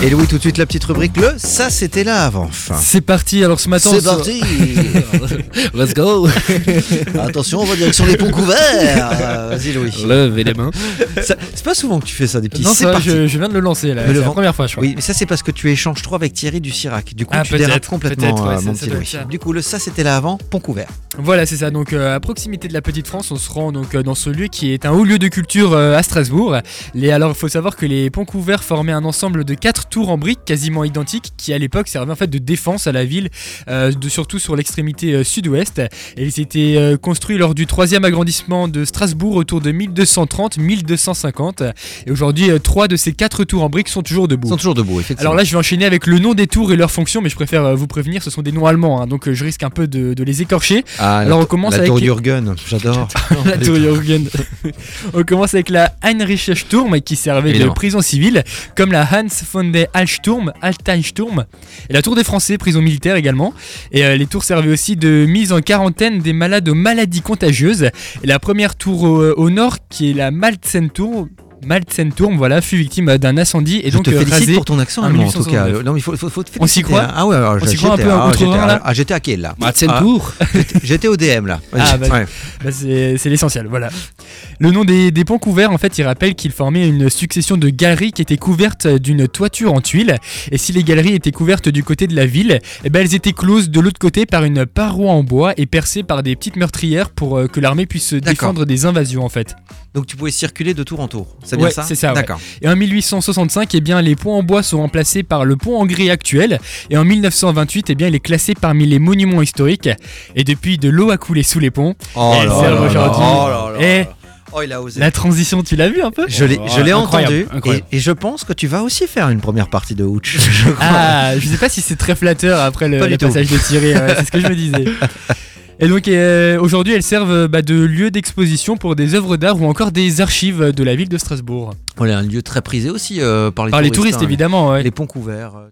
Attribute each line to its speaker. Speaker 1: Et Louis, tout de suite la petite rubrique, le ça c'était là avant. Enfin.
Speaker 2: C'est parti, alors ce matin. on
Speaker 1: Hein. C'est
Speaker 2: se-
Speaker 1: parti
Speaker 2: Let's go
Speaker 1: Attention, on va direction les ponts couverts Euh, Vas-y Louis.
Speaker 2: Levez les mains.
Speaker 1: Ça- C'est pas souvent que tu fais ça, des petits.
Speaker 2: Non,
Speaker 1: c'est
Speaker 2: ça,
Speaker 1: parti.
Speaker 2: je, je viens de le lancer là.
Speaker 1: Mais le
Speaker 2: C'est la
Speaker 1: vent-
Speaker 2: première fois, je crois.
Speaker 1: Oui, mais ça c'est parce que tu échanges trop avec Thierry du Sirac. Du coup,
Speaker 2: Ah,
Speaker 1: tu dérapes
Speaker 2: peut-être,
Speaker 1: complètement,
Speaker 2: peut-être, ouais,
Speaker 1: euh,
Speaker 2: ça-
Speaker 1: mon
Speaker 2: ça
Speaker 1: petit
Speaker 2: doit
Speaker 1: Louis.
Speaker 2: être ça.
Speaker 1: Du coup, le ça c'était là avant, pont couvert.
Speaker 2: Voilà, c'est ça. Donc, euh, à proximité de la Petite France, on se rend donc euh, dans ce lieu qui est un haut lieu de culture euh, à Strasbourg. Les, alors, il faut savoir que les ponts couverts formaient un ensemble de quatre tours en briques quasiment identiques qui, à l'époque, servaient en fait de défense à la ville, euh, de, surtout sur l'extrémité euh, sud-ouest. Et ils étaient euh, construits lors du troisième agrandissement de Strasbourg autour de 1230-1250. Et aujourd'hui, euh, trois de ces quatre tours en briques sont toujours debout.
Speaker 1: Ils sont toujours debout, effectivement.
Speaker 2: Alors là, je vais enchaîner avec le nom des tours et leur fonction, mais je préfère euh, vous prévenir, ce sont des noms allemands, hein, donc euh, je risque un peu de, de les écorcher.
Speaker 1: Ah,
Speaker 2: Alors
Speaker 1: la-
Speaker 2: on commence
Speaker 1: la
Speaker 2: avec
Speaker 1: tour Jürgen, j'adore.
Speaker 2: la tour Jürgen. on commence avec la Heinrichsturm qui servait
Speaker 1: Évidemment.
Speaker 2: de prison civile, comme la Hans von der Hallsturm, Alteilsturm, et la tour des Français, prison militaire également. Et euh, les tours servaient aussi de mise en quarantaine des malades aux maladies contagieuses. Et la première tour au, euh, au nord, qui est la Maltzenturm, Maltzenturm, voilà, fut victime d'un incendie et
Speaker 1: Je
Speaker 2: donc
Speaker 1: te
Speaker 2: euh,
Speaker 1: félicite
Speaker 2: rasée.
Speaker 1: pour ton accent
Speaker 2: en
Speaker 1: allemand en tout cas.
Speaker 2: 1869.
Speaker 1: Non mais faut, faut, faut te
Speaker 2: On
Speaker 1: féliciter,
Speaker 2: s'y croit
Speaker 1: hein. Ah ouais, alors,
Speaker 2: On s'y
Speaker 1: j'étais-
Speaker 2: croit un peu
Speaker 1: ah,
Speaker 2: en
Speaker 1: j'étais-
Speaker 2: contre-vent, là
Speaker 1: Ah j'étais à Kiel là. Ah,
Speaker 2: Maltzenturm.
Speaker 1: J'étais au DM là.
Speaker 2: Ah, bah,
Speaker 1: Ouais.
Speaker 2: Bah, c'est c'est l'essentiel, voilà. Le nom des, des ponts couverts, en fait, il rappelle qu'ils formaient une succession de galeries qui étaient couvertes d'une toiture en tuiles. Et si les galeries étaient couvertes du côté de la ville, eh ben, elles étaient closes de l'autre côté par une paroi en bois et percées par des petites meurtrières pour euh, que l'armée puisse se
Speaker 1: D'accord.
Speaker 2: défendre des invasions, en fait.
Speaker 1: Donc tu pouvais circuler de tour en tour. C'est bien
Speaker 2: Ouais,
Speaker 1: ça
Speaker 2: c'est ça, ouais.
Speaker 1: D'accord.
Speaker 2: Et en 1865, eh bien, les ponts en bois sont remplacés par le pont en grès actuel. Et en 1928, eh bien, il est classé parmi les monuments historiques. Et depuis, de l'eau a coulé sous les ponts.
Speaker 1: Oh
Speaker 2: Elle sert aujourd'hui.
Speaker 1: Oh là là.
Speaker 2: Eh.
Speaker 1: Oh, il a osé. Oh,
Speaker 2: La transition, tu l'as vu un peu
Speaker 1: Je l'ai, je l'ai
Speaker 3: Incroyable,
Speaker 1: entendu
Speaker 3: incroyable.
Speaker 1: Et, et je pense que tu vas aussi faire une première partie de Hooch. Je crois.
Speaker 2: Ah, je sais pas si c'est très flatteur après le,
Speaker 1: Pas du
Speaker 2: le
Speaker 1: tout.
Speaker 2: passage de Thierry, ouais, c'est ce que je me disais. Et donc euh, aujourd'hui, elles servent euh, bah, de lieu d'exposition pour des œuvres d'art ou encore des archives de la ville de Strasbourg.
Speaker 1: Voilà, un lieu très prisé aussi euh, par les
Speaker 2: Par les
Speaker 1: touristes,
Speaker 2: touristes
Speaker 1: hein,
Speaker 2: évidemment. ouais.
Speaker 1: Les ponts couverts. euh.